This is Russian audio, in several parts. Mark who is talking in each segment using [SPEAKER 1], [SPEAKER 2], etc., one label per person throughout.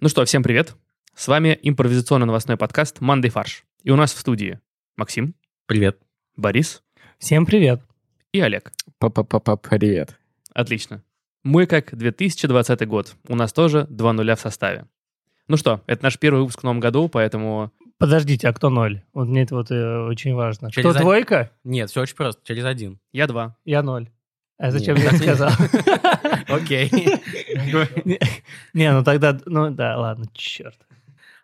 [SPEAKER 1] Ну что, всем привет. С вами импровизационно-новостной подкаст «Мандай фарш». И у нас в студии Максим,
[SPEAKER 2] Привет.
[SPEAKER 1] Борис
[SPEAKER 3] Всем привет.
[SPEAKER 1] и Олег.
[SPEAKER 2] Па-па-па-па, привет.
[SPEAKER 1] Отлично. Мы как 2020 год. У нас тоже два нуля в составе. Ну что, это наш первый выпуск в новом году, поэтому...
[SPEAKER 3] Подождите, а кто ноль? Вот мне это вот э, очень важно.
[SPEAKER 2] Через
[SPEAKER 3] Кто
[SPEAKER 2] один.
[SPEAKER 3] двойка?
[SPEAKER 2] Нет, все очень просто, через один.
[SPEAKER 1] Я два.
[SPEAKER 3] Я ноль. А зачем
[SPEAKER 2] Нет.
[SPEAKER 3] я это сказал?
[SPEAKER 2] Окей.
[SPEAKER 3] Не, Не, ну тогда, ну да, ладно, черт.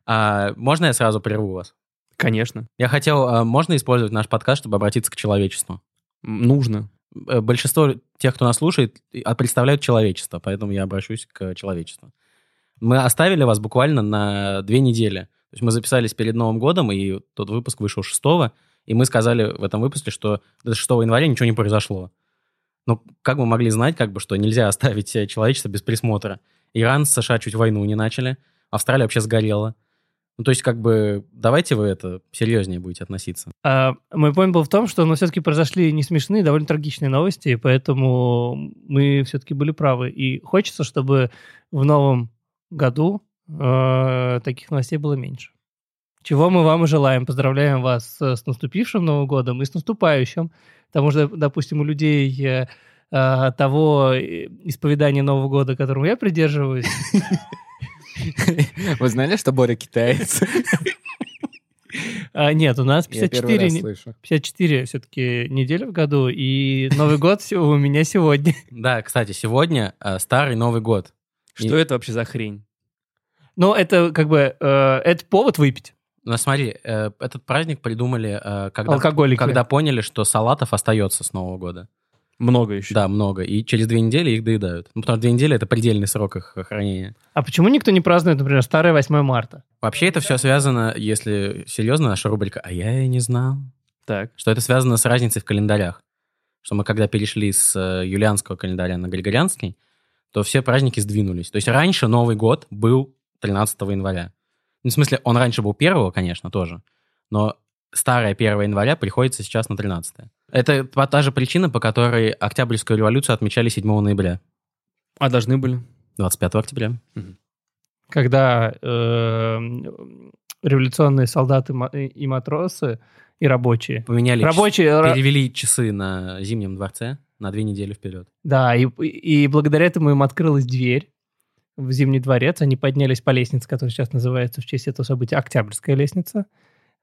[SPEAKER 2] А, Можно я сразу прерву вас?
[SPEAKER 1] Конечно.
[SPEAKER 2] Я хотел, а, можно использовать наш подкаст, чтобы обратиться к человечеству?
[SPEAKER 1] М, Нужно.
[SPEAKER 2] Э, Большинство тех, кто нас слушает, и- а, представляют человечество, поэтому я обращусь к человечеству. Мы оставили вас буквально на две недели. То есть мы записались перед Новым годом, и тот выпуск вышел 6 и мы сказали в этом выпуске, что до 6 января ничего не произошло. Ну, как мы могли знать, как бы, что нельзя оставить э, человечество без присмотра? Иран с США чуть войну не начали, Австралия вообще сгорела. Ну, то есть, как бы, давайте вы это серьезнее будете относиться.
[SPEAKER 3] А, Мой point был в том, что ну, все-таки произошли не смешные, а довольно трагичные новости, поэтому мы все-таки были правы. И хочется, чтобы в новом году э, таких новостей было меньше. Чего мы вам и желаем. Поздравляем вас э, с наступившим Новым годом и с наступающим. Потому что, допустим, у людей э, э, того э, исповедания Нового года, которому я придерживаюсь,
[SPEAKER 4] Вы знали, что Боря китаец?
[SPEAKER 3] а, нет, у нас
[SPEAKER 4] Я первый раз
[SPEAKER 3] 54,
[SPEAKER 4] слышу.
[SPEAKER 3] 54 все-таки недели в году, и Новый год се- у меня сегодня.
[SPEAKER 2] Да, кстати, сегодня э, Старый Новый год.
[SPEAKER 1] Что это вообще за хрень?
[SPEAKER 3] Но это как бы э, это повод выпить.
[SPEAKER 2] Ну, смотри, э, этот праздник придумали, э, когда,
[SPEAKER 3] Алкоголики.
[SPEAKER 2] когда поняли, что салатов остается с Нового года.
[SPEAKER 1] Много еще.
[SPEAKER 2] Да, много. И через две недели их доедают. Ну, потому что две недели — это предельный срок их хранения.
[SPEAKER 3] А почему никто не празднует, например, старое 8 марта?
[SPEAKER 2] Вообще это все связано, если серьезно, наша рубрика «А я и не знал»,
[SPEAKER 1] Так.
[SPEAKER 2] что это связано с разницей в календарях. Что мы когда перешли с э, юлианского календаря на григорианский, то все праздники сдвинулись. То есть раньше Новый год был 13 января. Ну, в смысле, он раньше был 1, конечно, тоже. Но старое 1 января приходится сейчас на 13. Это по- та же причина, по которой Октябрьскую революцию отмечали 7 ноября,
[SPEAKER 1] А должны были?
[SPEAKER 2] 25 октября.
[SPEAKER 3] Когда э, м, революционные солдаты ма- и- и матросы, и рабочие.
[SPEAKER 2] Поменяли чис-
[SPEAKER 3] Рабочие, ра-
[SPEAKER 2] перевели часы на Зимнем дворце на две недели вперед.
[SPEAKER 3] да, и, и благодаря этому им открылась дверь в Зимний дворец. Они поднялись по лестнице, которая сейчас называется в честь этого события Октябрьская лестница.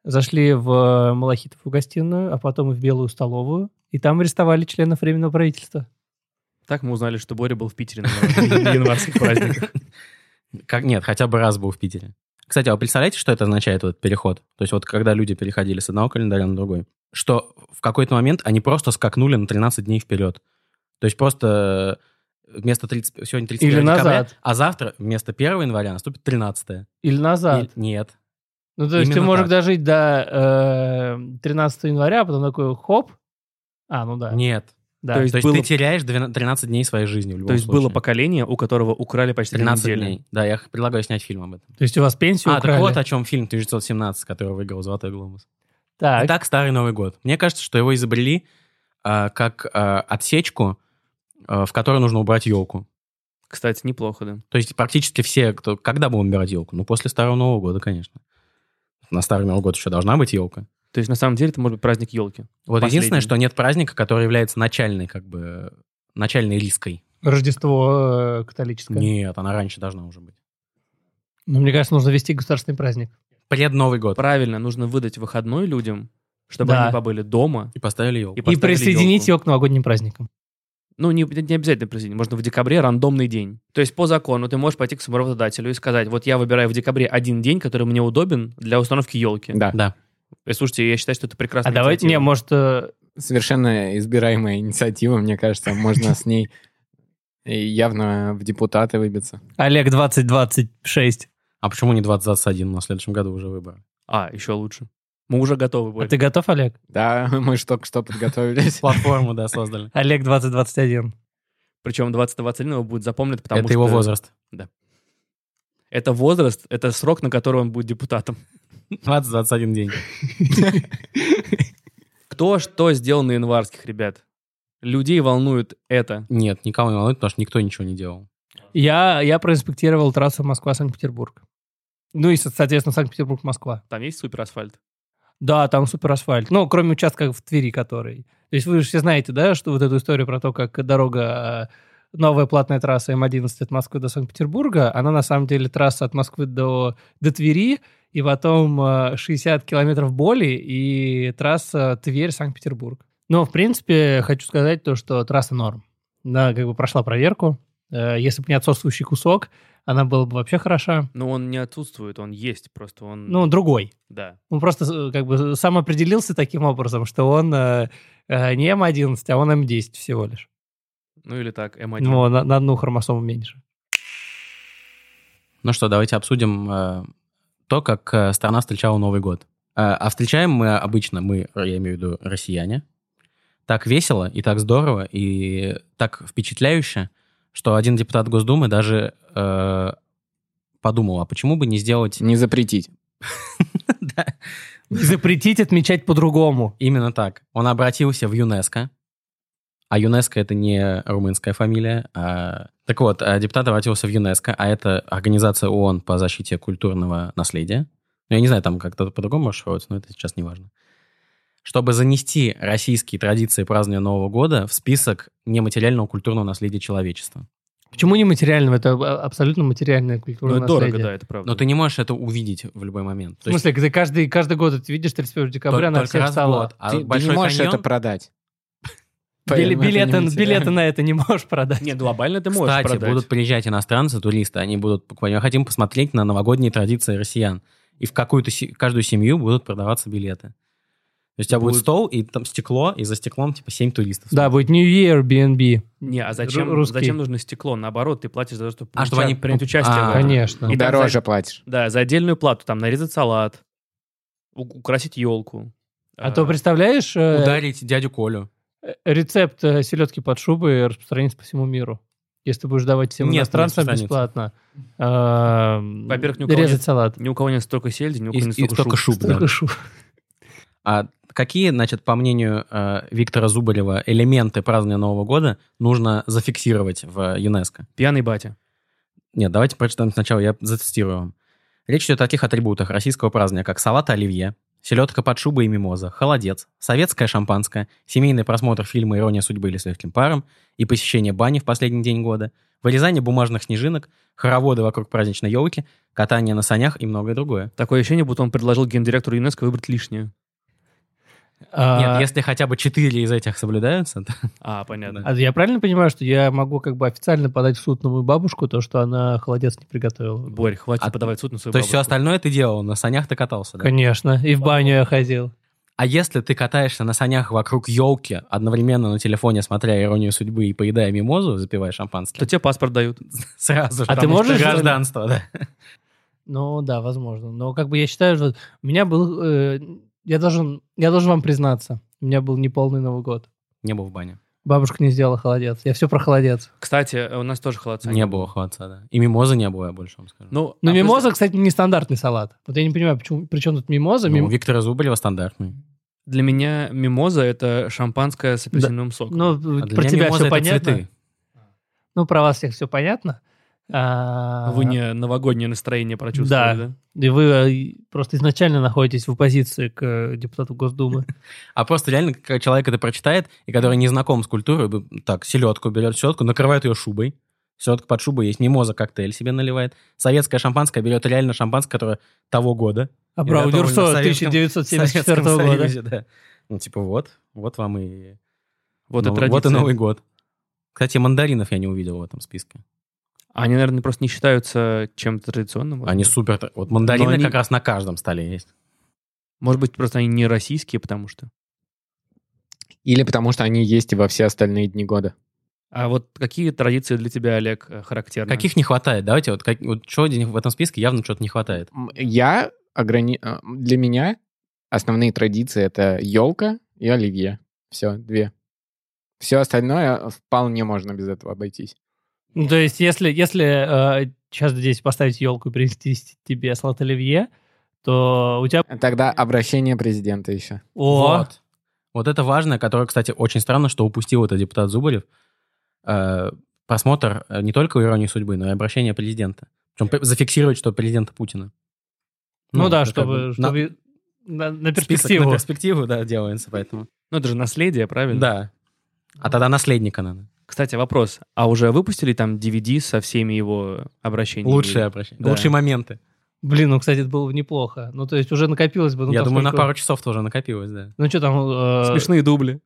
[SPEAKER 3] Зашли в Малахитову гостиную, а потом и в Белую столовую. И там арестовали членов Временного правительства.
[SPEAKER 1] Так мы узнали, что Боря был в Питере на январских праздниках.
[SPEAKER 2] Как, нет, хотя бы раз был в Питере. Кстати, а вы представляете, что это означает, вот переход? То есть вот когда люди переходили с одного календаря на другой, что в какой-то момент они просто скакнули на 13 дней вперед. То есть просто э, вместо 30, сегодня 31
[SPEAKER 3] Или
[SPEAKER 2] декабря,
[SPEAKER 3] назад.
[SPEAKER 2] а завтра вместо 1 января наступит 13
[SPEAKER 3] Или назад.
[SPEAKER 2] Или- нет.
[SPEAKER 3] Ну, то есть ты
[SPEAKER 2] Именно
[SPEAKER 3] можешь
[SPEAKER 2] так.
[SPEAKER 3] дожить до э, 13 января, а потом такой хоп. А, ну да.
[SPEAKER 2] Нет.
[SPEAKER 3] да.
[SPEAKER 1] то есть-
[SPEAKER 2] То есть
[SPEAKER 1] было-
[SPEAKER 2] ты теряешь 12 13 дней своей жизни в любом
[SPEAKER 1] То есть
[SPEAKER 2] случае.
[SPEAKER 1] было поколение, у которого украли почти
[SPEAKER 2] 13
[SPEAKER 1] недели.
[SPEAKER 2] дней. Да, я предлагаю снять фильм об этом.
[SPEAKER 3] То есть у вас пенсию
[SPEAKER 2] а,
[SPEAKER 3] украли.
[SPEAKER 2] так вот о чем фильм 1917, который выиграл «Золотой глобус».
[SPEAKER 3] Так.
[SPEAKER 2] Итак, Старый Новый год. Мне кажется, что его изобрели а, как а, отсечку, а, в которой нужно убрать елку.
[SPEAKER 1] Кстати, неплохо, да.
[SPEAKER 2] То есть практически все, кто... Когда будем убирать елку? Ну, после Старого Нового года, конечно. На Старый Новый год еще должна быть елка.
[SPEAKER 1] То есть на самом деле это может быть праздник елки.
[SPEAKER 2] Вот
[SPEAKER 1] Последний.
[SPEAKER 2] единственное, что нет праздника, который является начальной, как бы, начальной риской.
[SPEAKER 3] Рождество э, католическое.
[SPEAKER 2] Нет, она раньше должна уже быть.
[SPEAKER 3] Ну, мне кажется, нужно вести государственный праздник.
[SPEAKER 2] Пред Новый год.
[SPEAKER 1] Правильно, нужно выдать выходной людям, чтобы
[SPEAKER 3] Да.
[SPEAKER 1] они побыли дома.
[SPEAKER 2] И поставили елку.
[SPEAKER 1] И
[SPEAKER 3] И
[SPEAKER 1] поставили
[SPEAKER 3] присоединить
[SPEAKER 1] ёлку.
[SPEAKER 3] его к новогодним праздникам. А
[SPEAKER 1] Ну, не, не обязательно присоединить, можно в декабре рандомный день. То есть по закону ты можешь пойти к своему работодателю и сказать, вот я выбираю в декабре один день, который мне удобен для установки елки.
[SPEAKER 4] Да.
[SPEAKER 2] Да.
[SPEAKER 1] И слушайте, я считаю, что это прекрасно.
[SPEAKER 3] А давайте, не, может, э,
[SPEAKER 4] Совершенно избираемая инициатива, мне кажется, можно с ней явно в депутаты выбиться.
[SPEAKER 3] Олег 2026.
[SPEAKER 2] А почему не 2021? У нас в следующем году уже выборы.
[SPEAKER 1] А, еще лучше. Мы уже готовы,
[SPEAKER 3] А
[SPEAKER 1] Борь.
[SPEAKER 3] ты готов, Олег?
[SPEAKER 4] Да, мы же только что подготовились.
[SPEAKER 2] Платформу, да, создали.
[SPEAKER 3] Олег 2021.
[SPEAKER 1] Причем 2021 его будет запомнить, потому
[SPEAKER 2] Это
[SPEAKER 1] что...
[SPEAKER 2] его возраст.
[SPEAKER 1] Это возраст, это срок, на который он будет депутатом.
[SPEAKER 2] 20-21 день.
[SPEAKER 1] Кто что сделал на январских, ребят? Людей волнует это.
[SPEAKER 2] Нет, никого не волнует, потому что никто ничего не делал.
[SPEAKER 3] Я, я проинспектировал трассу Москва-Санкт-Петербург. Ну и, со- соответственно, Санкт-Петербург-Москва.
[SPEAKER 1] Там есть суперасфальт?
[SPEAKER 3] Да, там супер асфальт. Ну, кроме участка в Твери, который. То есть вы же все знаете, да, что вот эту историю про то, как дорога, э, новая платная трасса М11 от Москвы до Санкт-Петербурга, она на самом деле трасса от Москвы до, до Твери, и потом э, 60 километров боли, и трасса Тверь-Санкт-Петербург. Но, в принципе, хочу сказать то, что трасса норм. Она как бы прошла проверку. Э, Если бы не отсутствующий кусок, она была бы вообще хороша.
[SPEAKER 1] Но он не отсутствует, он есть, просто он...
[SPEAKER 3] Ну, другой.
[SPEAKER 1] Да.
[SPEAKER 3] Он просто э, как бы сам определился таким образом, что он э, э, не М11, а он М10 всего лишь.
[SPEAKER 1] Ну или так, М1.
[SPEAKER 3] Ну, на, на одну хромосому меньше.
[SPEAKER 2] Ну что, давайте обсудим э, то, как э, страна встречала Новый год. Э, а встречаем мы обычно, мы, я имею в виду россияне, так весело и так здорово и так впечатляюще, что один депутат Госдумы даже э, подумал, а почему бы не сделать...
[SPEAKER 4] Не запретить.
[SPEAKER 2] Да,
[SPEAKER 3] Запретить отмечать по-другому.
[SPEAKER 2] Именно так. Он обратился в ЮНЕСКО. А ЮНЕСКО это не румынская фамилия. а- Так вот, а депутат обратился в ЮНЕСКО, а это организация ООН по защите культурного наследия. Ну, я не знаю, там как-то по-другому расшифровывается, но это сейчас не важно. Чтобы занести российские традиции празднования Нового года в список нематериального культурного наследия человечества.
[SPEAKER 3] Почему не материального? Это а, абсолютно материальная
[SPEAKER 1] Ну,
[SPEAKER 3] культура
[SPEAKER 1] это дорого, да, это правда.
[SPEAKER 2] Но ты не можешь это увидеть в любой момент.
[SPEAKER 3] В
[SPEAKER 2] То есть
[SPEAKER 3] смысле, ты каждый, каждый год ты видишь 31
[SPEAKER 2] то-
[SPEAKER 3] декабря, она
[SPEAKER 2] только
[SPEAKER 3] всех
[SPEAKER 2] раз в
[SPEAKER 3] стала...
[SPEAKER 2] год. А
[SPEAKER 4] ты, ты
[SPEAKER 2] Большой
[SPEAKER 4] не можешь
[SPEAKER 2] каньон-
[SPEAKER 4] это продать.
[SPEAKER 3] Били-
[SPEAKER 4] Поэтому это
[SPEAKER 3] билеты,
[SPEAKER 4] не
[SPEAKER 3] билеты на это не можешь продать.
[SPEAKER 1] Не, глобально ты можешь
[SPEAKER 2] Кстати,
[SPEAKER 1] продать.
[SPEAKER 2] будут приезжать иностранцы, туристы, они будут покупать. Мы хотим посмотреть на новогодние традиции россиян. И в какую-то се- каждую семью будут продаваться билеты. То есть у тебя будет,
[SPEAKER 1] Будет.
[SPEAKER 2] стол, и там стекло, и за стеклом типа 7 туристов.
[SPEAKER 3] Да, будет New Year BNB.
[SPEAKER 1] Не, а зачем,
[SPEAKER 3] Ру- русский.
[SPEAKER 1] зачем нужно стекло? Наоборот, ты платишь за то, чтобы
[SPEAKER 2] А, чтобы они-
[SPEAKER 1] принять участие.
[SPEAKER 2] А,
[SPEAKER 1] в этом.
[SPEAKER 3] Конечно.
[SPEAKER 1] И
[SPEAKER 4] интересно.
[SPEAKER 1] так
[SPEAKER 4] Дороже платишь.
[SPEAKER 1] Да, за отдельную плату. Там нарезать салат, у- украсить елку.
[SPEAKER 3] А то представляешь э,
[SPEAKER 2] Ударить дядю Колю.
[SPEAKER 3] э, рецепт э, селедки под шубой распространится по всему миру. Если ты будешь давать всем
[SPEAKER 2] Нет, не
[SPEAKER 3] иностранцам
[SPEAKER 2] распространится.
[SPEAKER 3] бесплатно. Во-первых,
[SPEAKER 1] Во-первых, ни у кого
[SPEAKER 3] резать
[SPEAKER 1] нет-
[SPEAKER 3] салат.
[SPEAKER 1] Ни у кого нет столько сельди, ни у
[SPEAKER 2] И,
[SPEAKER 1] кого
[SPEAKER 2] и
[SPEAKER 1] нет столько,
[SPEAKER 2] столько шуб. да.
[SPEAKER 3] Только шуб.
[SPEAKER 2] А какие, значит, по мнению э, Виктора Зубарева, элементы празднования Нового года нужно зафиксировать в э, ЮНЕСКо?
[SPEAKER 1] Пьяный батя.
[SPEAKER 2] Нет, давайте прочитаем сначала, я зацитирую вам. Речь идет о таких атрибутах российского праздника, как салат оливье, селедка под шубой и мимоза, холодец, советское шампанское, семейный просмотр фильма «Ирония судьбы» или «С легким паром» и посещение бани в последний день года, вырезание бумажных снежинок, хороводы вокруг праздничной елки, катание на санях и многое другое.
[SPEAKER 1] Такое ощущение, будто он предложил гендиректору ЮНЕСКО выбрать лишнее.
[SPEAKER 2] Нет,
[SPEAKER 3] А,
[SPEAKER 2] если хотя бы четыре из этих соблюдаются, то
[SPEAKER 1] А, понятно.
[SPEAKER 3] а я правильно понимаю, что я могу как бы официально подать в суд на мою бабушку то, что она холодец не приготовила?
[SPEAKER 1] Борь, хватит
[SPEAKER 2] А-
[SPEAKER 1] подавать в суд на свою
[SPEAKER 2] то есть все
[SPEAKER 1] бабушку.
[SPEAKER 2] остальное ты делал, на санях ты катался, да?
[SPEAKER 3] Конечно. И в баню я ходил.
[SPEAKER 2] А если ты катаешься на санях вокруг елки, одновременно на телефоне смотря «Иронию судьбы» и поедая мимозу, запивая шампанское,
[SPEAKER 1] То тебе паспорт дают.
[SPEAKER 2] Сразу же.
[SPEAKER 3] А ты
[SPEAKER 2] потому что
[SPEAKER 3] можешь-
[SPEAKER 2] Гражданство, да.
[SPEAKER 3] Ну да, возможно. Но как бы я считаю, что у меня был... э, я, должен, я должен вам признаться, у меня был неполный Новый год.
[SPEAKER 2] Не был в бане.
[SPEAKER 3] Бабушка не сделала холодец. Я все про холодец.
[SPEAKER 1] Кстати, э, у нас тоже холодца.
[SPEAKER 2] Не было хватца, да. И мимозы не было, я больше вам скажу.
[SPEAKER 1] Ну,
[SPEAKER 3] Ну,
[SPEAKER 1] а
[SPEAKER 3] мимоза,
[SPEAKER 1] просто
[SPEAKER 3] кстати, нестандартный салат. Вот я не понимаю, почему, при чем тут мимоза?
[SPEAKER 2] Ну,
[SPEAKER 3] Мим-
[SPEAKER 2] у Виктора Зубарева стандартный.
[SPEAKER 1] Для меня мимоза — это шампанское с апельсиновым соком.
[SPEAKER 3] Ну,
[SPEAKER 2] А для
[SPEAKER 3] про
[SPEAKER 2] меня
[SPEAKER 3] тебя
[SPEAKER 2] мимоза
[SPEAKER 3] все
[SPEAKER 2] это
[SPEAKER 3] понятно.
[SPEAKER 2] цветы.
[SPEAKER 3] Ну, про вас всех все понятно. А,
[SPEAKER 1] Вы не новогоднее настроение прочувствовали, да?
[SPEAKER 3] И вы э, просто изначально находитесь в оппозиции к э, депутату Госдумы.
[SPEAKER 2] А просто реально, как человек это прочитает, и который не знаком с культурой, бы- так, селедку берет, селедку, накрывает ее шубой. Селедка под шубой есть, мимоза коктейль себе наливает. Советское шампанское берет реально шампанское, которое того года.
[SPEAKER 3] А про
[SPEAKER 2] Я доволен
[SPEAKER 3] Дюрсо
[SPEAKER 2] Советским- Советском
[SPEAKER 3] 1974 года.
[SPEAKER 2] Союзе, да. Ну, типа, вот, вот вам и
[SPEAKER 1] Вот
[SPEAKER 2] Ну,
[SPEAKER 1] и традиция.
[SPEAKER 2] Вот и Новый год. Кстати, мандаринов я не увидел в этом списке.
[SPEAKER 1] Они, наверное, просто не считаются чем-то традиционным.
[SPEAKER 2] Они супер. Вот мандарины
[SPEAKER 1] Но они-
[SPEAKER 2] как раз на каждом столе есть.
[SPEAKER 1] Может быть, просто они не российские, потому что.
[SPEAKER 4] Или потому что они есть и во все остальные дни года.
[SPEAKER 1] А вот какие традиции для тебя, Олег, э, характерны?
[SPEAKER 2] Каких не хватает? Давайте вот, как, вот чего в этом списке явно что-то не хватает.
[SPEAKER 4] М, Я ограни... э, Для меня основные традиции это елка и оливье. Все, две. Все остальное э, вполне можно без этого обойтись.
[SPEAKER 3] Ну, То есть, если, если э, сейчас здесь поставить елку и принести с- тебе салат оливье, то у тебя...
[SPEAKER 4] Тогда обращение президента еще.
[SPEAKER 3] О,
[SPEAKER 2] Вот. Вот это важное, которое, кстати, очень странно, что упустил это депутат Зубарев. Э, просмотр э, не только «Иронии судьбы», но и обращение президента. Причем пр- зафиксировать, что президента Путина.
[SPEAKER 3] Ну, да,
[SPEAKER 2] это как
[SPEAKER 3] чтобы,
[SPEAKER 2] бы на-
[SPEAKER 3] чтобы на, на
[SPEAKER 2] список
[SPEAKER 3] перспективу.
[SPEAKER 2] на перспективу, да, делается, поэтому.
[SPEAKER 1] Ну, это же наследие, правильно?
[SPEAKER 2] Да. А тогда наследника надо.
[SPEAKER 1] Кстати, вопрос. А уже выпустили там DVD со всеми его обращениями?
[SPEAKER 2] Лучшие обращения.
[SPEAKER 1] Да.
[SPEAKER 2] Лучшие моменты.
[SPEAKER 3] Блин, ну, кстати, это было бы неплохо. Ну, то есть уже накопилось бы. Ну,
[SPEAKER 2] Я
[SPEAKER 3] там
[SPEAKER 2] думаю, на
[SPEAKER 3] сколько-
[SPEAKER 2] пару часов тоже накопилось, да.
[SPEAKER 3] Ну, что там... э,
[SPEAKER 1] Смешные дубли.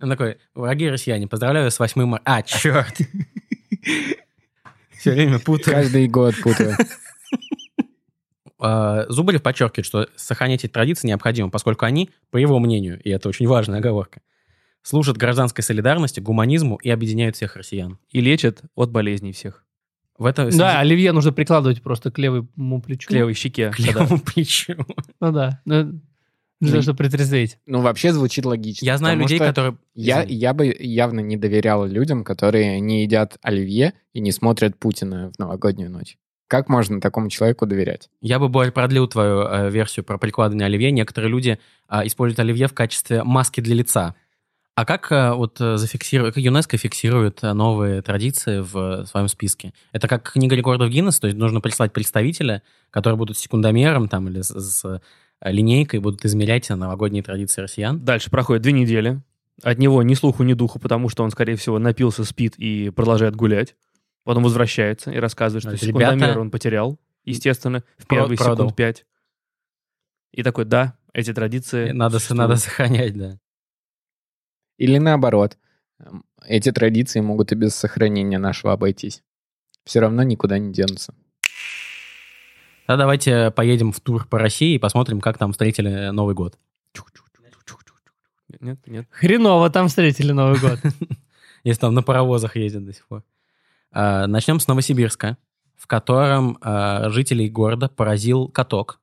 [SPEAKER 2] Он такой, враги россияне, поздравляю с 8 марта. А, черт. Все время путаю.
[SPEAKER 4] Каждый год путаю.
[SPEAKER 2] А, Зубарев подчеркивает, что сохранять эти традиции необходимо, поскольку они, по его мнению, и это очень важная оговорка, служат гражданской солидарности, гуманизму и объединяют всех россиян.
[SPEAKER 1] И лечат от болезней всех.
[SPEAKER 2] В этом...
[SPEAKER 3] Да, оливье нужно прикладывать просто к левому плечу.
[SPEAKER 1] К левой щеке.
[SPEAKER 2] Ну, к
[SPEAKER 1] Да-да.
[SPEAKER 2] левому плечу.
[SPEAKER 3] Ну да. Ну, Для того, чтобы притрезветь.
[SPEAKER 4] Ну, вообще звучит логично.
[SPEAKER 2] Я знаю
[SPEAKER 4] потому
[SPEAKER 2] людей,
[SPEAKER 4] что
[SPEAKER 2] которые...
[SPEAKER 4] Я,
[SPEAKER 2] Извини.
[SPEAKER 4] я бы явно не доверял людям, которые не едят оливье и не смотрят Путина в новогоднюю ночь. Как можно такому человеку доверять?
[SPEAKER 2] Я бы более продлил твою э, версию про прикладывание оливье. Некоторые люди а, используют оливье в качестве маски для лица. А как а, вот э, зафиксирует, как ЮНЕСКО фиксирует а, новые традиции в э, своем списке? Это как книга рекордов Гиннесса, то есть нужно прислать представителя, которые будут с секундомером там или с, с, э, линейкой будут измерять новогодние традиции россиян.
[SPEAKER 1] Дальше проходит две недели. От него ни слуху, ни духу, потому что он, скорее всего, напился, спит и продолжает гулять. Потом возвращается и рассказывает, что
[SPEAKER 3] А
[SPEAKER 2] То есть
[SPEAKER 1] секундомер
[SPEAKER 2] ребята-
[SPEAKER 1] он потерял, естественно, в первые
[SPEAKER 2] продал.
[SPEAKER 1] секунд пять. И такой, да, эти традиции...
[SPEAKER 2] Надо, с-
[SPEAKER 1] существуют».
[SPEAKER 2] надо сохранять, да.
[SPEAKER 4] Или наоборот, эм, эти традиции могут и без сохранения нашего обойтись. Все равно никуда не денутся.
[SPEAKER 2] Тогда давайте поедем в тур по России и посмотрим, как там встретили Новый год.
[SPEAKER 1] Нет, нет.
[SPEAKER 3] Хреново там встретили Новый год.
[SPEAKER 2] если там на паровозах ездят до сих пор. А, Начнем с Новосибирска, в котором а, жителей города поразил каток,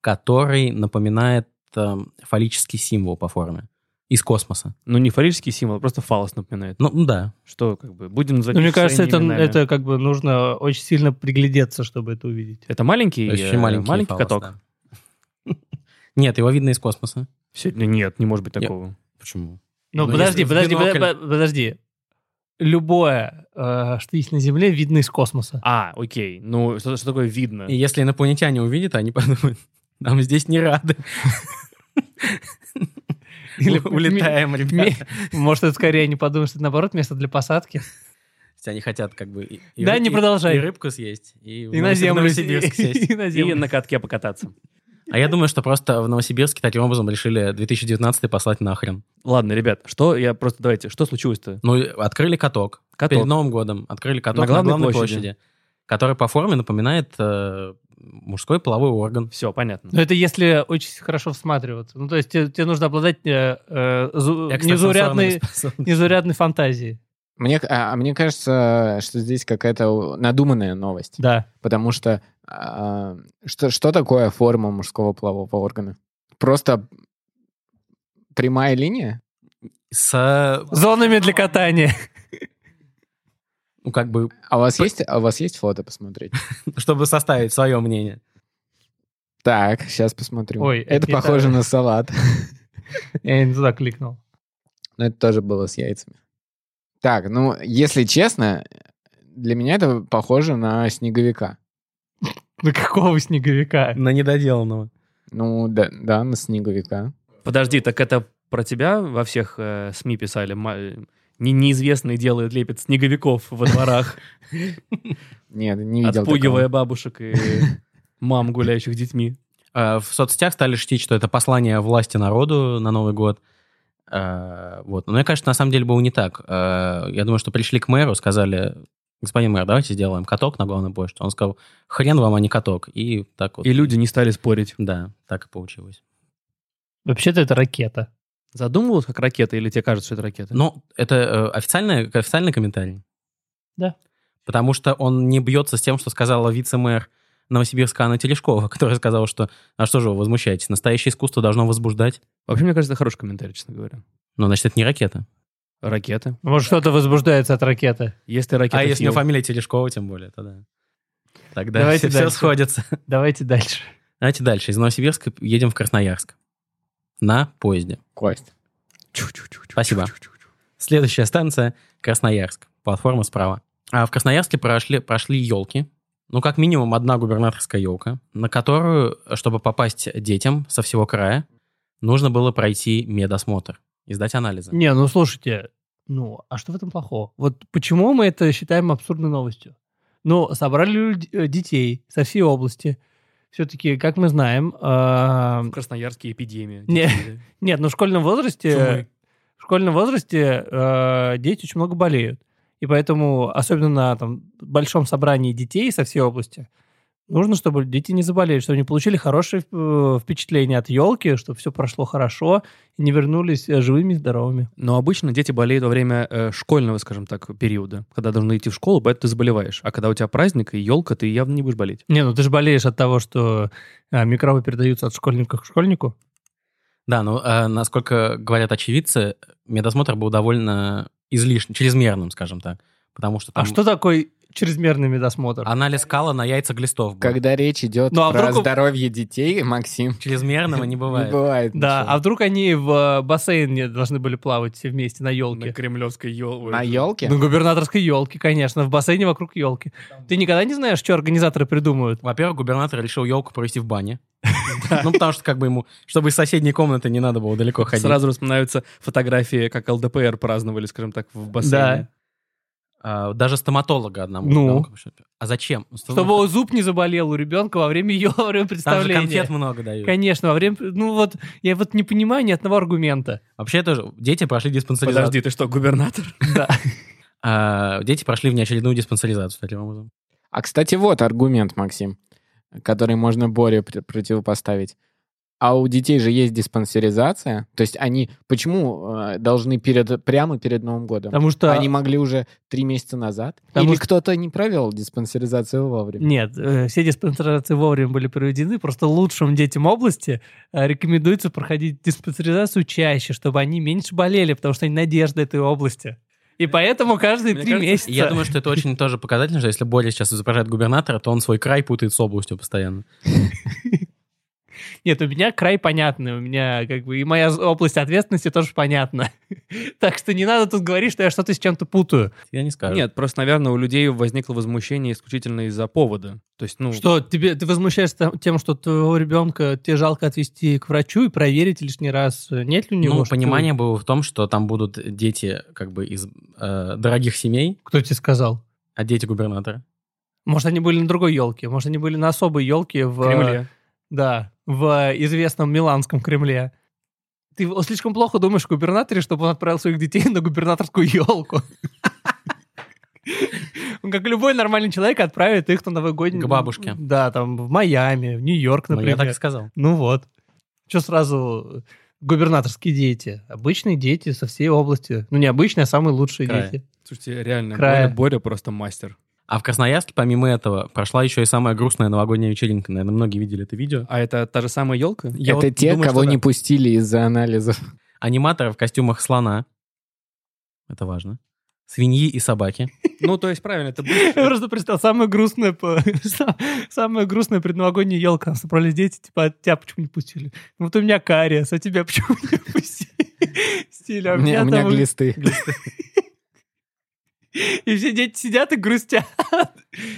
[SPEAKER 2] который напоминает эм, фаллический символ по форме из космоса.
[SPEAKER 1] Ну, не фаллический символ, а просто фалос напоминает.
[SPEAKER 2] Ну ну да,
[SPEAKER 1] Что, как бы, будем называть
[SPEAKER 3] Ну, мне
[SPEAKER 1] своими
[SPEAKER 3] кажется, это,
[SPEAKER 1] именами.
[SPEAKER 3] это как бы нужно очень сильно приглядеться, чтобы это увидеть.
[SPEAKER 1] Это маленький,
[SPEAKER 2] очень
[SPEAKER 1] э,
[SPEAKER 2] маленький,
[SPEAKER 1] маленький
[SPEAKER 2] фаллос,
[SPEAKER 1] каток?
[SPEAKER 2] да. Нет, его видно из космоса.
[SPEAKER 1] Всё- Нет, не может быть
[SPEAKER 2] Я-
[SPEAKER 1] такого.
[SPEAKER 2] Почему?
[SPEAKER 3] Ну,
[SPEAKER 2] Ну,
[SPEAKER 3] подожди,
[SPEAKER 2] если в
[SPEAKER 3] подожди,
[SPEAKER 2] бинокль-
[SPEAKER 3] подо- подожди. Любое, э, что есть на Земле, видно из космоса.
[SPEAKER 1] А, окей. Ну, что, что такое видно?
[SPEAKER 2] И если инопланетяне увидят, они подумают, нам здесь не рады.
[SPEAKER 3] Или
[SPEAKER 2] улетаем,
[SPEAKER 3] Ме-
[SPEAKER 2] ребята.
[SPEAKER 3] Может, это скорее они подумают, что это, наоборот место для посадки.
[SPEAKER 2] То есть они хотят как бы... и- и
[SPEAKER 3] Да,
[SPEAKER 2] ры-
[SPEAKER 3] не
[SPEAKER 2] и-
[SPEAKER 3] продолжай.
[SPEAKER 2] И рыбку съесть, и, в
[SPEAKER 3] И на
[SPEAKER 2] Новосиб-
[SPEAKER 3] землю
[SPEAKER 2] Новосибирск сесть.
[SPEAKER 3] И на
[SPEAKER 1] И
[SPEAKER 3] землю.
[SPEAKER 1] на катке покататься.
[SPEAKER 2] А я думаю, что просто в Новосибирске таким образом решили 2019 послать нахрен.
[SPEAKER 1] Ладно, ребят, что я просто... Давайте, что случилось-то?
[SPEAKER 2] Ну, и открыли каток.
[SPEAKER 1] Каток.
[SPEAKER 2] Перед Новым годом открыли каток
[SPEAKER 1] На
[SPEAKER 2] на
[SPEAKER 1] главной
[SPEAKER 2] главной,
[SPEAKER 1] площади.
[SPEAKER 2] площади. который по форме напоминает э, мужской половой орган.
[SPEAKER 1] Все, понятно.
[SPEAKER 3] Но это если очень хорошо всматриваться. Ну, то есть тебе, тебе нужно обладать э, э, зу-
[SPEAKER 2] Экстрасенсорными
[SPEAKER 3] незаурядной,
[SPEAKER 2] способностями.
[SPEAKER 3] незаурядной фантазией.
[SPEAKER 4] Мне, а, а мне кажется, что здесь какая-то у- надуманная новость.
[SPEAKER 3] Да.
[SPEAKER 4] Потому что а, что, что такое форма мужского полового органа? Просто прямая линия?
[SPEAKER 2] С,
[SPEAKER 3] Зонами для катания.
[SPEAKER 2] ну, как бы,
[SPEAKER 4] А у вас есть, а у вас есть фото посмотреть?
[SPEAKER 2] чтобы составить свое мнение.
[SPEAKER 4] Так, сейчас посмотрю.
[SPEAKER 3] Ой,
[SPEAKER 4] это
[SPEAKER 3] это-
[SPEAKER 4] похоже на салат.
[SPEAKER 3] Я не туда кликнул.
[SPEAKER 4] Но это тоже было с яйцами. Так, ну, если честно, для меня это похоже на снеговика.
[SPEAKER 3] На какого снеговика?
[SPEAKER 2] На недоделанного.
[SPEAKER 4] Ну, да, да на снеговика.
[SPEAKER 1] Подожди, так это про тебя во всех э, СМИ писали? Ма- не- неизвестный делает лепит снеговиков во дворах,
[SPEAKER 4] Нет, не видел
[SPEAKER 1] отпугивая
[SPEAKER 4] такого.
[SPEAKER 1] бабушек и мам, гуляющих с детьми.
[SPEAKER 2] Э, в соцсетях стали шутить, что это послание власти народу на Новый год. Э, вот. Но мне кажется, на самом деле было не так. Э, я думаю, что пришли к мэру, сказали, господин мэр, давайте сделаем каток на главной площади. Он сказал, хрен вам, а не каток. И так вот.
[SPEAKER 1] И люди не стали спорить.
[SPEAKER 2] Да, так и получилось.
[SPEAKER 3] Вообще-то это ракета.
[SPEAKER 1] Задумывалось, как ракета, или тебе кажется, что это ракета?
[SPEAKER 2] Но это э, официальный, официальный комментарий.
[SPEAKER 3] Да.
[SPEAKER 2] Потому что он не бьется с тем, что сказала вице-мэр Новосибирска Анна Терешкова, которая сказала, что а что же вы возмущаетесь, настоящее искусство должно возбуждать.
[SPEAKER 1] Вообще, мне кажется, это хороший комментарий, честно говоря.
[SPEAKER 2] Ну, значит, это не ракета.
[SPEAKER 1] Ракета.
[SPEAKER 3] Может, что-то возбуждается от ракеты.
[SPEAKER 1] Если ракета...
[SPEAKER 2] а если у него
[SPEAKER 1] Фил.
[SPEAKER 2] фамилия Терешкова, тем более, тогда. Тогда
[SPEAKER 3] Давайте
[SPEAKER 2] все,
[SPEAKER 3] дальше.
[SPEAKER 2] сходится.
[SPEAKER 3] Давайте дальше.
[SPEAKER 2] Давайте дальше. Из Новосибирска едем в Красноярск. На поезде.
[SPEAKER 4] Кость.
[SPEAKER 1] Чу-чу-чу-чу.
[SPEAKER 2] Спасибо. Следующая станция — Красноярск. платформа справа. А в Красноярске прошли, прошли елки. Ну, как минимум, одна губернаторская елка, на которую, чтобы попасть детям со всего края, нужно было пройти медосмотр и сдать анализы.
[SPEAKER 3] Не, ну слушайте, ну а что в этом плохого? Вот почему мы это считаем абсурдной новостью? Ну, собрали люд- э, детей со всей области. Все-таки, как мы знаем, э,
[SPEAKER 1] В Красноярске эпидемия.
[SPEAKER 3] Не.
[SPEAKER 1] детей, да.
[SPEAKER 3] нет, ну в школьном возрасте,
[SPEAKER 1] Чумы.
[SPEAKER 3] в школьном возрасте э, дети очень много болеют. И поэтому, особенно на там, большом собрании детей со всей области, нужно, чтобы дети не заболели, чтобы они получили хорошее э, впечатление от елки, чтобы все прошло хорошо, и не вернулись э, живыми и здоровыми.
[SPEAKER 1] Но обычно дети болеют во время э, школьного, скажем так, периода, когда должны идти в школу, поэтому ты заболеваешь. А когда у тебя праздник и елка, ты явно не будешь болеть.
[SPEAKER 3] Не, ну ты же болеешь от того, что э, микробы передаются от школьника к школьнику.
[SPEAKER 2] Да, ну, э, насколько говорят очевидцы, медосмотр был довольно излишним, чрезмерным, скажем так. Потому что там А,
[SPEAKER 3] А что такое чрезмерный медосмотр?
[SPEAKER 2] анализ кала на яйца глистов был.
[SPEAKER 4] Когда речь идет
[SPEAKER 3] Ну, а
[SPEAKER 4] про
[SPEAKER 3] вдруг-
[SPEAKER 4] здоровье детей, Максим,
[SPEAKER 2] Чрезмерного не
[SPEAKER 4] не
[SPEAKER 2] бывает.
[SPEAKER 4] бывает.
[SPEAKER 3] Да,
[SPEAKER 4] ничего.
[SPEAKER 3] а вдруг они в э, бассейне должны были плавать все вместе на елке?
[SPEAKER 1] кремлевской елке.
[SPEAKER 4] На елке?
[SPEAKER 3] На губернаторской елке, конечно, в бассейне вокруг елки. Ты никогда не знаешь, что организаторы придумают?
[SPEAKER 2] Во-первых, губернатор решил елку провести в бане. Ну, потому что как бы ему, чтобы из соседней комнаты не надо было далеко ходить.
[SPEAKER 1] Сразу вспоминаются фотографии, как ЛДПР праздновали, скажем так, в бассейне.
[SPEAKER 3] Да.
[SPEAKER 2] А, Даже стоматолога одному.
[SPEAKER 3] Ну?
[SPEAKER 2] дал, как бы, что-то. А зачем? Ну, стом-
[SPEAKER 3] Чтобы зуб не заболел у ребенка во время ее во время
[SPEAKER 2] Там же
[SPEAKER 3] представления.
[SPEAKER 2] конфет много дают.
[SPEAKER 3] Конечно, во время... Ну вот, я вот не понимаю ни одного аргумента.
[SPEAKER 2] Вообще тоже дети прошли диспансеризацию.
[SPEAKER 1] Подожди, ты что, губернатор?
[SPEAKER 2] А, Дети прошли внеочередную диспансеризацию таким образом.
[SPEAKER 4] А, кстати, вот аргумент, Максим, который можно Боре пр- противопоставить. А у детей же есть диспансеризация. То есть они почему э, должны перед, прямо перед Новым годом?
[SPEAKER 3] Потому что...
[SPEAKER 4] Они могли уже три месяца назад?
[SPEAKER 3] Потому
[SPEAKER 4] Или
[SPEAKER 3] что-
[SPEAKER 4] кто-то не провел диспансеризацию вовремя?
[SPEAKER 3] Нет, э, все диспансеризации вовремя были проведены. Просто лучшим детям области э, рекомендуется проходить диспансеризацию чаще, чтобы они меньше болели, потому что они надежда этой области. И поэтому каждые
[SPEAKER 1] Мне
[SPEAKER 3] три
[SPEAKER 1] кажется,
[SPEAKER 3] месяца...
[SPEAKER 2] Я думаю, что это очень тоже показательно, что если Боря сейчас изображает губернатора, то он свой край путает с областью постоянно.
[SPEAKER 3] Нет, у меня край понятный, у меня как бы и моя з- область ответственности тоже понятна. Так что не надо тут говорить, что я что-то с чем-то путаю.
[SPEAKER 2] Я не скажу.
[SPEAKER 1] Нет, просто, наверное, у людей возникло возмущение исключительно из-за повода. То есть, ну,
[SPEAKER 3] Что, тебе, ты возмущаешься там- тем, что твоего ребенка тебе жалко отвезти к врачу и проверить лишний раз, э, нет ли у него...
[SPEAKER 2] Ну,
[SPEAKER 3] что-
[SPEAKER 2] понимание было в том, что там будут дети как бы из э, дорогих семей,
[SPEAKER 3] Кто тебе сказал?
[SPEAKER 2] а дети губернатора.
[SPEAKER 3] Может, они были на другой елке, может, они были на особой елке в...
[SPEAKER 1] в Кремле.
[SPEAKER 3] Да, в известном миланском Кремле. Ты о- слишком плохо думаешь о губернаторе, чтобы он отправил своих детей на губернаторскую елку. Он, как любой нормальный человек, отправит их на новогодний...
[SPEAKER 2] К бабушке.
[SPEAKER 3] Да, там, в Майами, в Нью-Йорк,
[SPEAKER 2] Ну, я так и
[SPEAKER 3] например.
[SPEAKER 2] сказал.
[SPEAKER 3] Ну вот. Что сразу губернаторские дети? Обычные дети со всей области. Ну, не обычные, а самые лучшие
[SPEAKER 2] Края.
[SPEAKER 3] дети.
[SPEAKER 1] Слушайте, реально,
[SPEAKER 3] Края.
[SPEAKER 1] Боря, Боря просто мастер.
[SPEAKER 2] А в Красноярске, помимо этого, прошла еще и самая грустная новогодняя вечеринка. Наверное, многие видели это видео.
[SPEAKER 1] А это та же самая елка?
[SPEAKER 2] Я
[SPEAKER 4] Это
[SPEAKER 2] вот
[SPEAKER 4] те,
[SPEAKER 2] думаю,
[SPEAKER 4] кого
[SPEAKER 2] что
[SPEAKER 4] не
[SPEAKER 2] да.
[SPEAKER 4] пустили из-за анализов.
[SPEAKER 2] Аниматоры в костюмах слона. Это важно. Свиньи и собаки.
[SPEAKER 1] Ну, то есть, правильно, это бывший-
[SPEAKER 3] Я просто представил, самая грустная, по- сам- самая грустная предновогодняя елка. Там собрались дети, типа, а тебя почему не пустили? Ну, вот у меня кариес, а тебя почему не пустили? Стиль, а
[SPEAKER 4] У меня, у меня
[SPEAKER 3] там-
[SPEAKER 4] глисты.
[SPEAKER 3] И все дети сидят и грустят.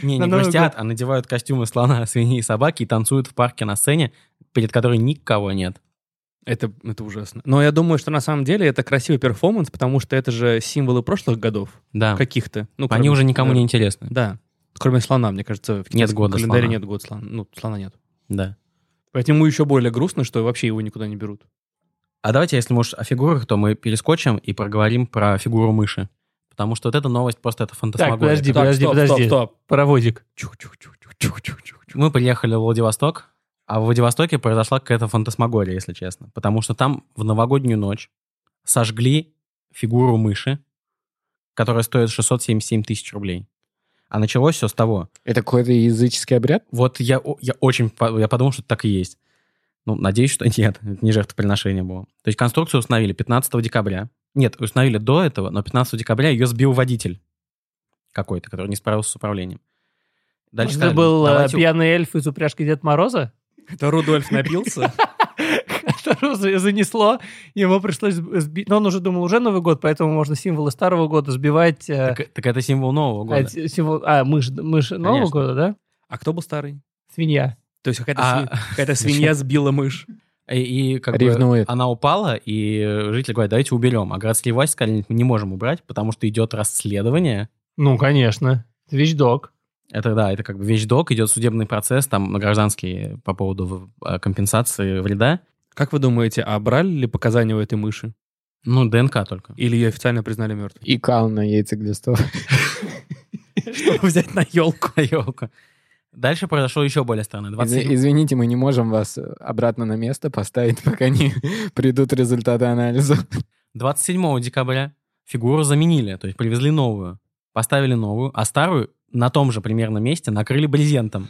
[SPEAKER 2] Не,
[SPEAKER 3] На
[SPEAKER 2] не
[SPEAKER 3] Новый
[SPEAKER 2] грустят, а надевают костюмы слона, свиньи и собаки и танцуют в парке на сцене, перед которой никого нет.
[SPEAKER 1] Это, это ужасно. Но я думаю, что на самом деле это красивый перформанс, потому что это же символы прошлых годов
[SPEAKER 2] Да.
[SPEAKER 1] каких-то. Ну,
[SPEAKER 2] Они
[SPEAKER 1] кроме-
[SPEAKER 2] уже никому
[SPEAKER 1] да.
[SPEAKER 2] не интересны.
[SPEAKER 1] Да. Кроме слона, мне кажется, в китайском
[SPEAKER 2] года
[SPEAKER 1] календаре
[SPEAKER 2] слона.
[SPEAKER 1] нет год слона. Ну, слона нет.
[SPEAKER 2] Да.
[SPEAKER 1] Поэтому еще более грустно, что вообще его никуда не берут.
[SPEAKER 2] А давайте, если может, о фигурах, то мы перескочим и проговорим про фигуру мыши. Потому что вот эта новость просто это фантасмагория.
[SPEAKER 3] подожди,
[SPEAKER 2] Так,
[SPEAKER 1] стоп,
[SPEAKER 3] подожди.
[SPEAKER 1] стоп, стоп.
[SPEAKER 3] Паровозик.
[SPEAKER 1] Чух-чух-чух-чух-чух-чух-чух.
[SPEAKER 2] Мы приехали в Владивосток, а в Владивостоке произошла какая-то фантасмагория, если честно. Потому что там в новогоднюю ночь сожгли фигуру мыши, которая стоит 677 тысяч рублей. А началось все с того.
[SPEAKER 4] Это какой-то языческий обряд?
[SPEAKER 2] Вот я, о- я очень по- я подумал, что так и есть. Ну, надеюсь, что нет. Это не жертвоприношение было. То есть конструкцию установили 15 декабря. Нет, установили до этого, но 15 декабря ее сбил водитель какой-то, который не справился с управлением. Дальше
[SPEAKER 3] Это
[SPEAKER 2] сказали,
[SPEAKER 3] был э,
[SPEAKER 2] «Давайте
[SPEAKER 3] пьяный эльф из упряжки Дед Мороза?
[SPEAKER 1] Это Рудольф напился?
[SPEAKER 3] Который Сашу за- занесло, ему пришлось сбить. Но он уже думал, уже Новый год, поэтому можно символы старого года сбивать. э,
[SPEAKER 2] Так, так это символ Нового
[SPEAKER 3] а,
[SPEAKER 2] года.
[SPEAKER 3] с- символ- а, мы же мы ж Нового
[SPEAKER 2] Конечно.
[SPEAKER 3] года, да?
[SPEAKER 1] А кто был старый?
[SPEAKER 3] Свинья.
[SPEAKER 1] То есть какая-то,
[SPEAKER 2] А-
[SPEAKER 1] свинь- какая-то свинья сбила мышь.
[SPEAKER 2] И, и как
[SPEAKER 4] Ревнует.
[SPEAKER 2] бы она упала, и жители говорят, давайте уберем. А городские власти сказали, мы не можем убрать, потому что идет расследование.
[SPEAKER 3] Ну, конечно. Это Вещдок.
[SPEAKER 2] Это да, это как бы вещдок, идет судебный процесс, там гражданский по поводу э, компенсации вреда.
[SPEAKER 1] Как вы думаете, а брали ли показания у этой мыши?
[SPEAKER 2] Ну, ДНК только.
[SPEAKER 1] Или ее официально признали мертвой?
[SPEAKER 4] И кал на яйцеглистов.
[SPEAKER 1] Чтобы взять на елку.
[SPEAKER 2] Ёлка. Дальше произошло еще более странное. 27
[SPEAKER 4] Из- Извините, мы не можем вас обратно на место поставить, пока не придут результаты анализа.
[SPEAKER 2] 27 декабря фигуру заменили, то есть привезли новую, поставили новую, а старую на том же примерно месте накрыли брезентом.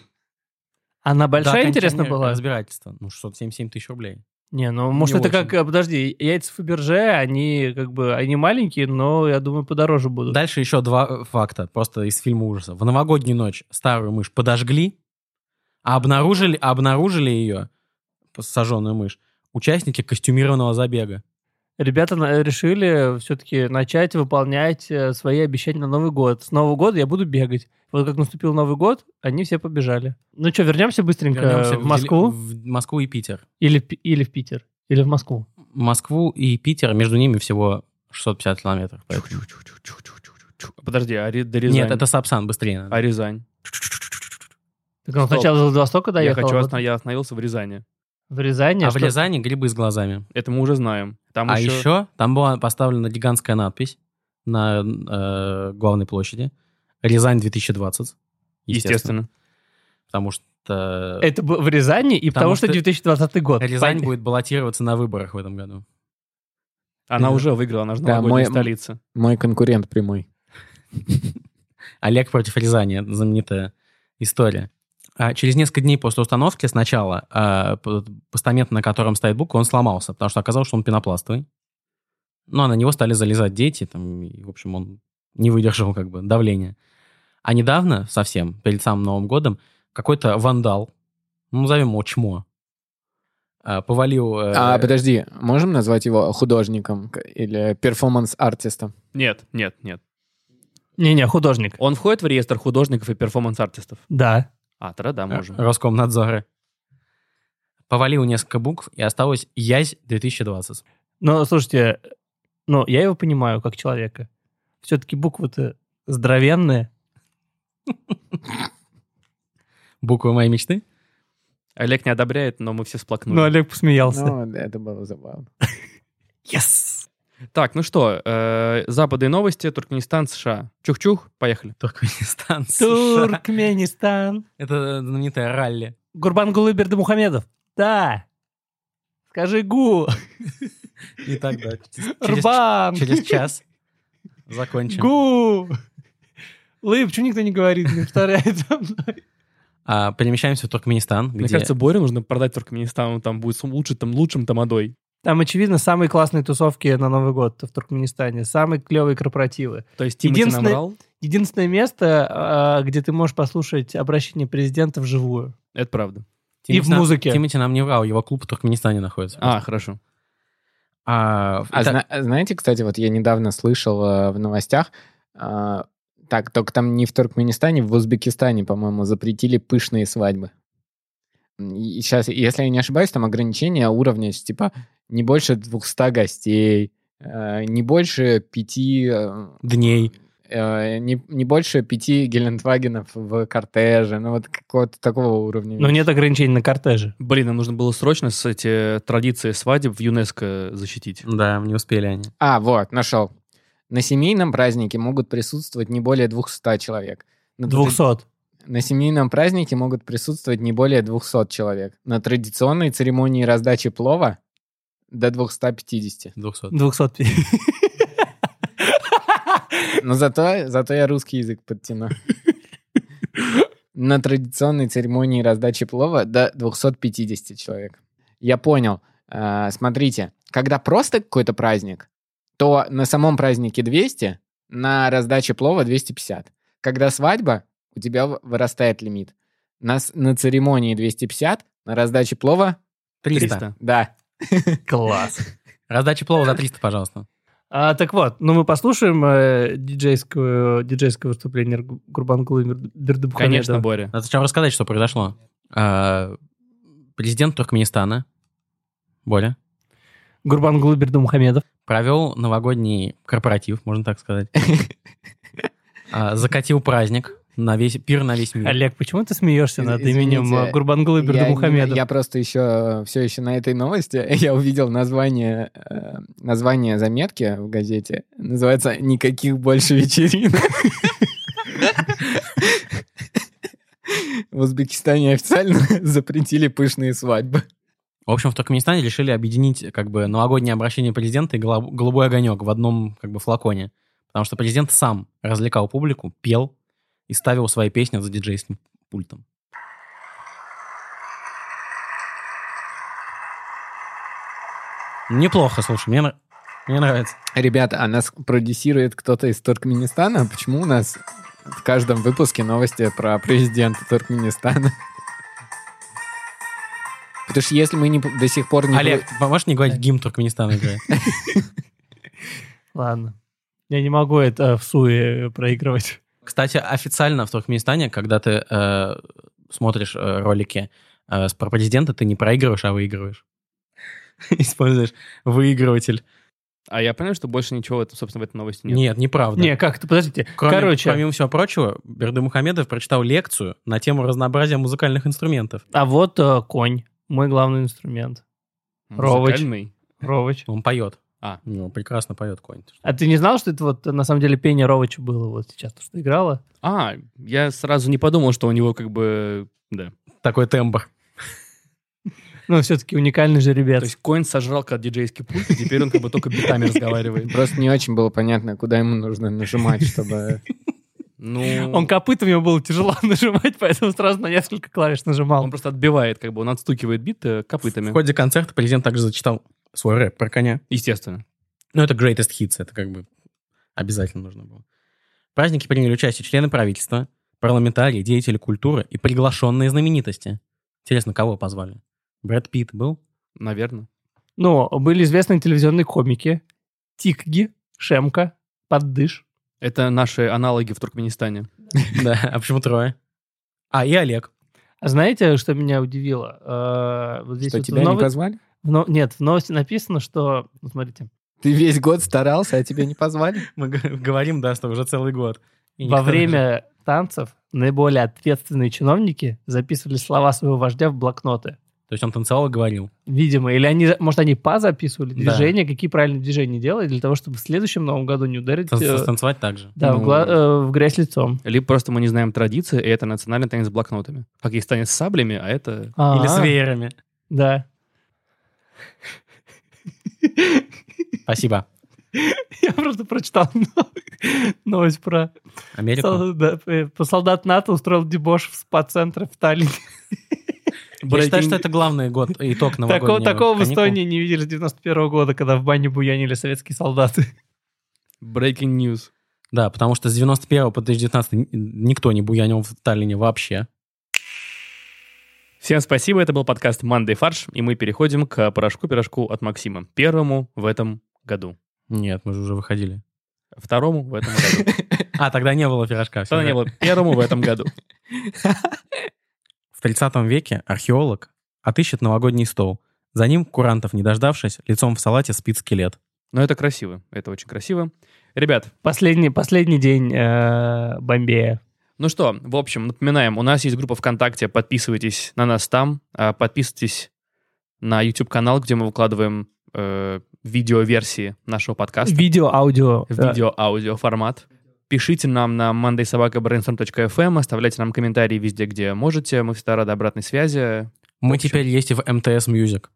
[SPEAKER 3] Она
[SPEAKER 2] До
[SPEAKER 3] большая,
[SPEAKER 2] окончания
[SPEAKER 3] интересно, была?
[SPEAKER 2] Разбирательства. Ну, 677 тысяч рублей.
[SPEAKER 3] Не, ну, может, это
[SPEAKER 2] очень.
[SPEAKER 3] как... э, Подожди, яйца Фаберже, они как бы... Они маленькие, но, я думаю, подороже будут.
[SPEAKER 2] Дальше еще два э, факта, просто из фильма ужасов. В новогоднюю ночь старую мышь подожгли, а обнаружили, а обнаружили ее, сожженную мышь, участники костюмированного забега.
[SPEAKER 3] Ребята на- решили все-таки начать выполнять э, свои обещания на Новый год. С Нового года я буду бегать. Вот как наступил Новый год, они все побежали. Ну что, вернемся
[SPEAKER 1] Э,
[SPEAKER 3] быстренько
[SPEAKER 2] Вернемся
[SPEAKER 3] в
[SPEAKER 2] дели-
[SPEAKER 3] Москву
[SPEAKER 2] В Москву и Питер.
[SPEAKER 3] или, в Пи- или в Питер? Или в Москву?
[SPEAKER 2] Москву и Питер, между ними всего 650 километров. поэтому.
[SPEAKER 1] Подожди, а Ри- до Рязани?
[SPEAKER 2] Нет, это Сапсан быстрее. надо.
[SPEAKER 1] А Рязань?
[SPEAKER 3] Так он
[SPEAKER 1] Стоп.
[SPEAKER 3] сначала до Владивостока
[SPEAKER 1] Я
[SPEAKER 3] доехал,
[SPEAKER 1] хочу
[SPEAKER 3] а
[SPEAKER 1] останов- я остановился в Рязани.
[SPEAKER 3] потом в Рязани.
[SPEAKER 2] а
[SPEAKER 3] что-
[SPEAKER 2] в Рязани грибы с глазами.
[SPEAKER 1] Это мы уже знаем. Там
[SPEAKER 2] а
[SPEAKER 1] еще...
[SPEAKER 2] еще... там была поставлена гигантская надпись на э, главной площади. Рязань 2020.
[SPEAKER 1] Естественно.
[SPEAKER 2] Потому что
[SPEAKER 3] Это было в Рязани и потому,
[SPEAKER 2] Потому
[SPEAKER 3] что
[SPEAKER 2] что
[SPEAKER 3] 2020 год.
[SPEAKER 2] Рязань
[SPEAKER 3] Пон-
[SPEAKER 2] будет баллотироваться на выборах в этом году.
[SPEAKER 1] Она
[SPEAKER 4] Да.
[SPEAKER 1] уже выиграла, она же
[SPEAKER 4] Да,
[SPEAKER 1] новогодняя
[SPEAKER 4] мой-
[SPEAKER 1] столица.
[SPEAKER 4] Мой конкурент прямой.
[SPEAKER 2] Олег против Рязани. Это знаменитая история. А через несколько дней после установки сначала э, п- постамент, на котором стоит буква, он сломался, потому что оказалось, что он пенопластовый. Ну, а на него стали залезать дети, там, и, в общем, он не выдержал как бы давления. А недавно, совсем, перед самым Новым годом, какой-то вандал, ну, назовем его чмо, э, повалил... э,
[SPEAKER 4] А, подожди, можем назвать его художником к- или перформанс-артистом?
[SPEAKER 1] Нет, нет, нет.
[SPEAKER 3] Не-не, художник.
[SPEAKER 1] Он входит в реестр художников и перформанс-артистов.
[SPEAKER 3] Да.
[SPEAKER 1] А, тогда да, можем.
[SPEAKER 2] Роскомнадзора. Повалил несколько букв, и осталось Язь 2020.
[SPEAKER 3] Но, слушайте, ну, я его понимаю как человека. Все-таки буквы-то здоровенные.
[SPEAKER 2] Буквы моей мечты.
[SPEAKER 1] Олег не одобряет, но мы все сплакнули.
[SPEAKER 3] Ну, Олег посмеялся.
[SPEAKER 4] Ну, это было забавно.
[SPEAKER 3] Yes!
[SPEAKER 1] Так, ну что, э, западные новости, Туркменистан, США. Чух-чух, поехали.
[SPEAKER 2] Туркменистан, США.
[SPEAKER 3] Туркменистан.
[SPEAKER 2] Это знаменитое ралли.
[SPEAKER 3] Гурбангулы Бердымухамедов. Да. Скажи гу.
[SPEAKER 2] И так, да. Через,
[SPEAKER 3] Рбан.
[SPEAKER 2] через час закончим.
[SPEAKER 3] Гу. Лыб, почему никто не говорит? Не повторяется мной.
[SPEAKER 2] А, перемещаемся в Туркменистан,
[SPEAKER 1] Мне
[SPEAKER 2] где
[SPEAKER 1] кажется, Борю нужно продать Туркменистану, там будет лучше, там лучшим тамадой.
[SPEAKER 3] Там, очевидно, самые классные тусовки на Новый год в Туркменистане. Самые клевые корпоративы.
[SPEAKER 1] То есть Тимати
[SPEAKER 3] Единственное-
[SPEAKER 1] наврал,
[SPEAKER 3] Единственное место, э, где ты можешь послушать обращение президента вживую.
[SPEAKER 1] это правда.
[SPEAKER 2] Тимати
[SPEAKER 3] и в
[SPEAKER 2] нам-
[SPEAKER 3] музыке.
[SPEAKER 2] Тимати нам не врал, его клуб в Туркменистане находится.
[SPEAKER 1] А, хорошо.
[SPEAKER 2] А,
[SPEAKER 4] А
[SPEAKER 2] Итак,
[SPEAKER 4] зна- а знаете, кстати, вот я недавно слышал э, в новостях, э, так, только там не в Туркменистане, а в Узбекистане, по-моему, запретили пышные свадьбы. И сейчас, если я не ошибаюсь, там ограничения уровня, типа, не больше 200 гостей, э, не больше пяти... э,
[SPEAKER 2] дней.
[SPEAKER 4] э, не, не больше пяти Гелендвагенов в кортеже, ну вот какого-то такого уровня.
[SPEAKER 3] Но нет ограничений на кортеже.
[SPEAKER 1] Блин, нам нужно было срочно с эти э, традиции свадеб в ЮНЕСКО защитить.
[SPEAKER 2] Да, не успели они.
[SPEAKER 4] А, вот, нашел. На семейном празднике могут присутствовать не более 200 человек. Ну, На тради-
[SPEAKER 3] 200.
[SPEAKER 4] На семейном празднике могут присутствовать не более 200 человек. На традиционной церемонии раздачи плова до 250.
[SPEAKER 2] 200.
[SPEAKER 3] 200.
[SPEAKER 4] Но зато, зато я русский язык подтяну. На традиционной церемонии раздачи плова до 250 человек. Я понял. А, Смотрите, когда просто какой-то праздник, то на самом празднике 200, на раздаче плова 250. Когда свадьба, у тебя в- вырастает лимит. На, с- на церемонии 250, на раздаче плова,
[SPEAKER 2] 300.
[SPEAKER 1] 300.
[SPEAKER 4] да.
[SPEAKER 3] Класс.
[SPEAKER 2] Раздача плова за 300, пожалуйста.
[SPEAKER 3] А, так вот, ну мы послушаем э, диджейскую, диджейское выступление Рг- Гурбангулы Мир- Бердыбухамедова.
[SPEAKER 1] Конечно, Боря.
[SPEAKER 2] Надо сначала рассказать, что произошло. А, Президент Туркменистана, Боря,
[SPEAKER 3] Гурбангулы Бердымухамедов.
[SPEAKER 2] провел новогодний корпоратив, можно так сказать. А, Закатил праздник на весь пир на весь мир.
[SPEAKER 3] Олег, почему ты смеешься над
[SPEAKER 4] Извините,
[SPEAKER 3] именем э, Гурбангулы
[SPEAKER 4] Я не-
[SPEAKER 3] Бердымухамедов?
[SPEAKER 4] Я просто еще все еще на этой новости я увидел название э, название заметки в газете. Называется "Никаких больше вечеринок". В Узбекистане официально запретили пышные свадьбы.
[SPEAKER 2] В общем, в Туркменистане решили объединить как бы новогоднее обращение президента и голо- голубой огонек в одном как бы флаконе. Потому что президент сам развлекал публику, пел и ставил свои песни за диджейским пультом. Неплохо, слушай, мне, нра- мне нравится.
[SPEAKER 4] Ребята, а нас продюсирует кто-то из Туркменистана? Почему у нас в каждом выпуске новости про президента Туркменистана? Потому что если мы не, п- до сих пор не...
[SPEAKER 2] Олег, ты можешь не говорить гимн Туркменистана играет?
[SPEAKER 3] Ладно. Я не могу это э, в суе проигрывать.
[SPEAKER 2] Кстати, официально в Туркменистане, когда ты э, смотришь э, ролики э, с- про президента, ты не проигрываешь, а выигрываешь. Используешь выигрыватель.
[SPEAKER 1] А я понимаю, что больше ничего, в этом, собственно, в этой новости нет.
[SPEAKER 2] Нет,
[SPEAKER 4] Ну
[SPEAKER 2] неправда.
[SPEAKER 3] Не, как-то, подождите.
[SPEAKER 2] Кроме-
[SPEAKER 3] Короче,
[SPEAKER 2] Помимо всего прочего, Берды Мухамедов прочитал лекцию на тему разнообразия музыкальных инструментов.
[SPEAKER 3] а вот э, конь. Мой главный инструмент. Ровыч.
[SPEAKER 1] Музыкальный.
[SPEAKER 3] Ровоч.
[SPEAKER 2] Он поет.
[SPEAKER 1] А.
[SPEAKER 2] Ну, прекрасно поет конь.
[SPEAKER 3] А ты не знал, что это вот э, на самом деле пение Ровоча было вот сейчас, то, что играла?
[SPEAKER 1] А, я сразу не подумал, что у него как бы... Да.
[SPEAKER 2] Такой тембр.
[SPEAKER 3] Ну, все-таки уникальный же
[SPEAKER 1] То
[SPEAKER 3] ребят.
[SPEAKER 1] есть Коин сожрал как диджейский пульт, и теперь он как бы только битами разговаривает.
[SPEAKER 4] Просто не очень было понятно, куда ему нужно нажимать, чтобы...
[SPEAKER 1] Ну,
[SPEAKER 3] Он копытами ему было тяжело нажимать, поэтому сразу на несколько клавиш нажимал.
[SPEAKER 1] он просто отбивает, как бы он отстукивает бит э,
[SPEAKER 2] В
[SPEAKER 1] копытами.
[SPEAKER 2] ходе концерта президент также зачитал свой рэп про коня.
[SPEAKER 1] Естественно.
[SPEAKER 2] Ну, это greatest hits, это как бы обязательно нужно было. В празднике приняли участие члены правительства, парламентарии, деятели культуры и приглашенные знаменитости. Интересно, кого позвали? Брэд Питт был?
[SPEAKER 1] Наверное.
[SPEAKER 3] Ну, были известные телевизионные комики. Тикги, Шемка, Поддыш.
[SPEAKER 1] Это наши аналоги в Туркменистане.
[SPEAKER 2] Да, а почему трое? А, и Олег.
[SPEAKER 3] А знаете, что меня удивило? Э, Вот здесь
[SPEAKER 4] Что,
[SPEAKER 3] вот в
[SPEAKER 4] тебя не
[SPEAKER 3] ново-
[SPEAKER 4] позвали?
[SPEAKER 3] в но- Нет, в новости написано, что... ну, Смотрите.
[SPEAKER 4] Ты весь год старался, а тебя не позвали?
[SPEAKER 2] Мы г- говорим, да, что уже целый год. И
[SPEAKER 3] Во
[SPEAKER 2] никто-
[SPEAKER 3] время танцев наиболее ответственные чиновники записывали слова своего вождя в блокноты.
[SPEAKER 2] То есть он танцевал и говорил.
[SPEAKER 3] Видимо. Или они, может, они па записывали,
[SPEAKER 2] Да.
[SPEAKER 3] движения, какие правильные движения делать, для того, чтобы в следующем Новом году не ударить
[SPEAKER 2] Тан-
[SPEAKER 3] э,
[SPEAKER 2] Танцевать так же.
[SPEAKER 3] да, в,
[SPEAKER 1] ну.
[SPEAKER 3] гла- э, в грязь лицом.
[SPEAKER 1] Либо просто мы не знаем традиции, и это национальный танец с блокнотами. Как есть танец с саблями, а это...
[SPEAKER 2] Или с
[SPEAKER 3] А,
[SPEAKER 2] веерами.
[SPEAKER 3] Да.
[SPEAKER 2] Спасибо.
[SPEAKER 3] Я просто прочитал новость- новость про...
[SPEAKER 2] Америку.
[SPEAKER 3] сол- да, э, По солдат НАТО устроил дебош в спа-центре в Таллине.
[SPEAKER 2] Я считаю,
[SPEAKER 1] Breaking-
[SPEAKER 2] что это главный год, итог новогоднего.
[SPEAKER 3] Такого, такого в
[SPEAKER 2] каникул.
[SPEAKER 3] Эстонии не видели с 91 года, когда в бане буянили советские солдаты.
[SPEAKER 1] Breaking news.
[SPEAKER 2] Да, потому что с 91 по 2019 ни- никто не буянил в Таллине вообще.
[SPEAKER 1] Всем спасибо, это был подкаст «Мандай фарш», и мы переходим к порошку-пирожку от Максима. Первому в этом году.
[SPEAKER 2] Нет, мы же уже выходили.
[SPEAKER 1] Второму в этом году.
[SPEAKER 2] А, тогда не было пирожка. всё
[SPEAKER 1] Что не
[SPEAKER 2] правильно.
[SPEAKER 1] было? Первому в этом году.
[SPEAKER 2] В 30 веке археолог отыщет новогодний стол. За ним, курантов не дождавшись, лицом в салате спит скелет.
[SPEAKER 1] Но это красиво, это очень красиво. Ребят,
[SPEAKER 3] Последний, последний день э, Бомбея.
[SPEAKER 1] ну что, в общем, напоминаем, у нас есть группа ВКонтакте, подписывайтесь на нас там, а, подписывайтесь на YouTube-канал, где мы выкладываем э, видео-версии нашего подкаста.
[SPEAKER 3] Видео, аудио.
[SPEAKER 1] в
[SPEAKER 3] э,
[SPEAKER 1] видео-аудио формат. Пишите нам на mondaysobakabrainstorm.fm, оставляйте нам комментарии везде, где можете. Мы всегда рады обратной связи. В
[SPEAKER 2] Мы
[SPEAKER 1] общем.
[SPEAKER 2] теперь есть и в МТС Мьюзик.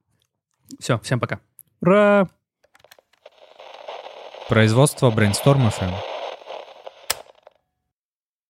[SPEAKER 1] Все, всем пока.
[SPEAKER 3] Ура!
[SPEAKER 5] Производство Brainstorm FM.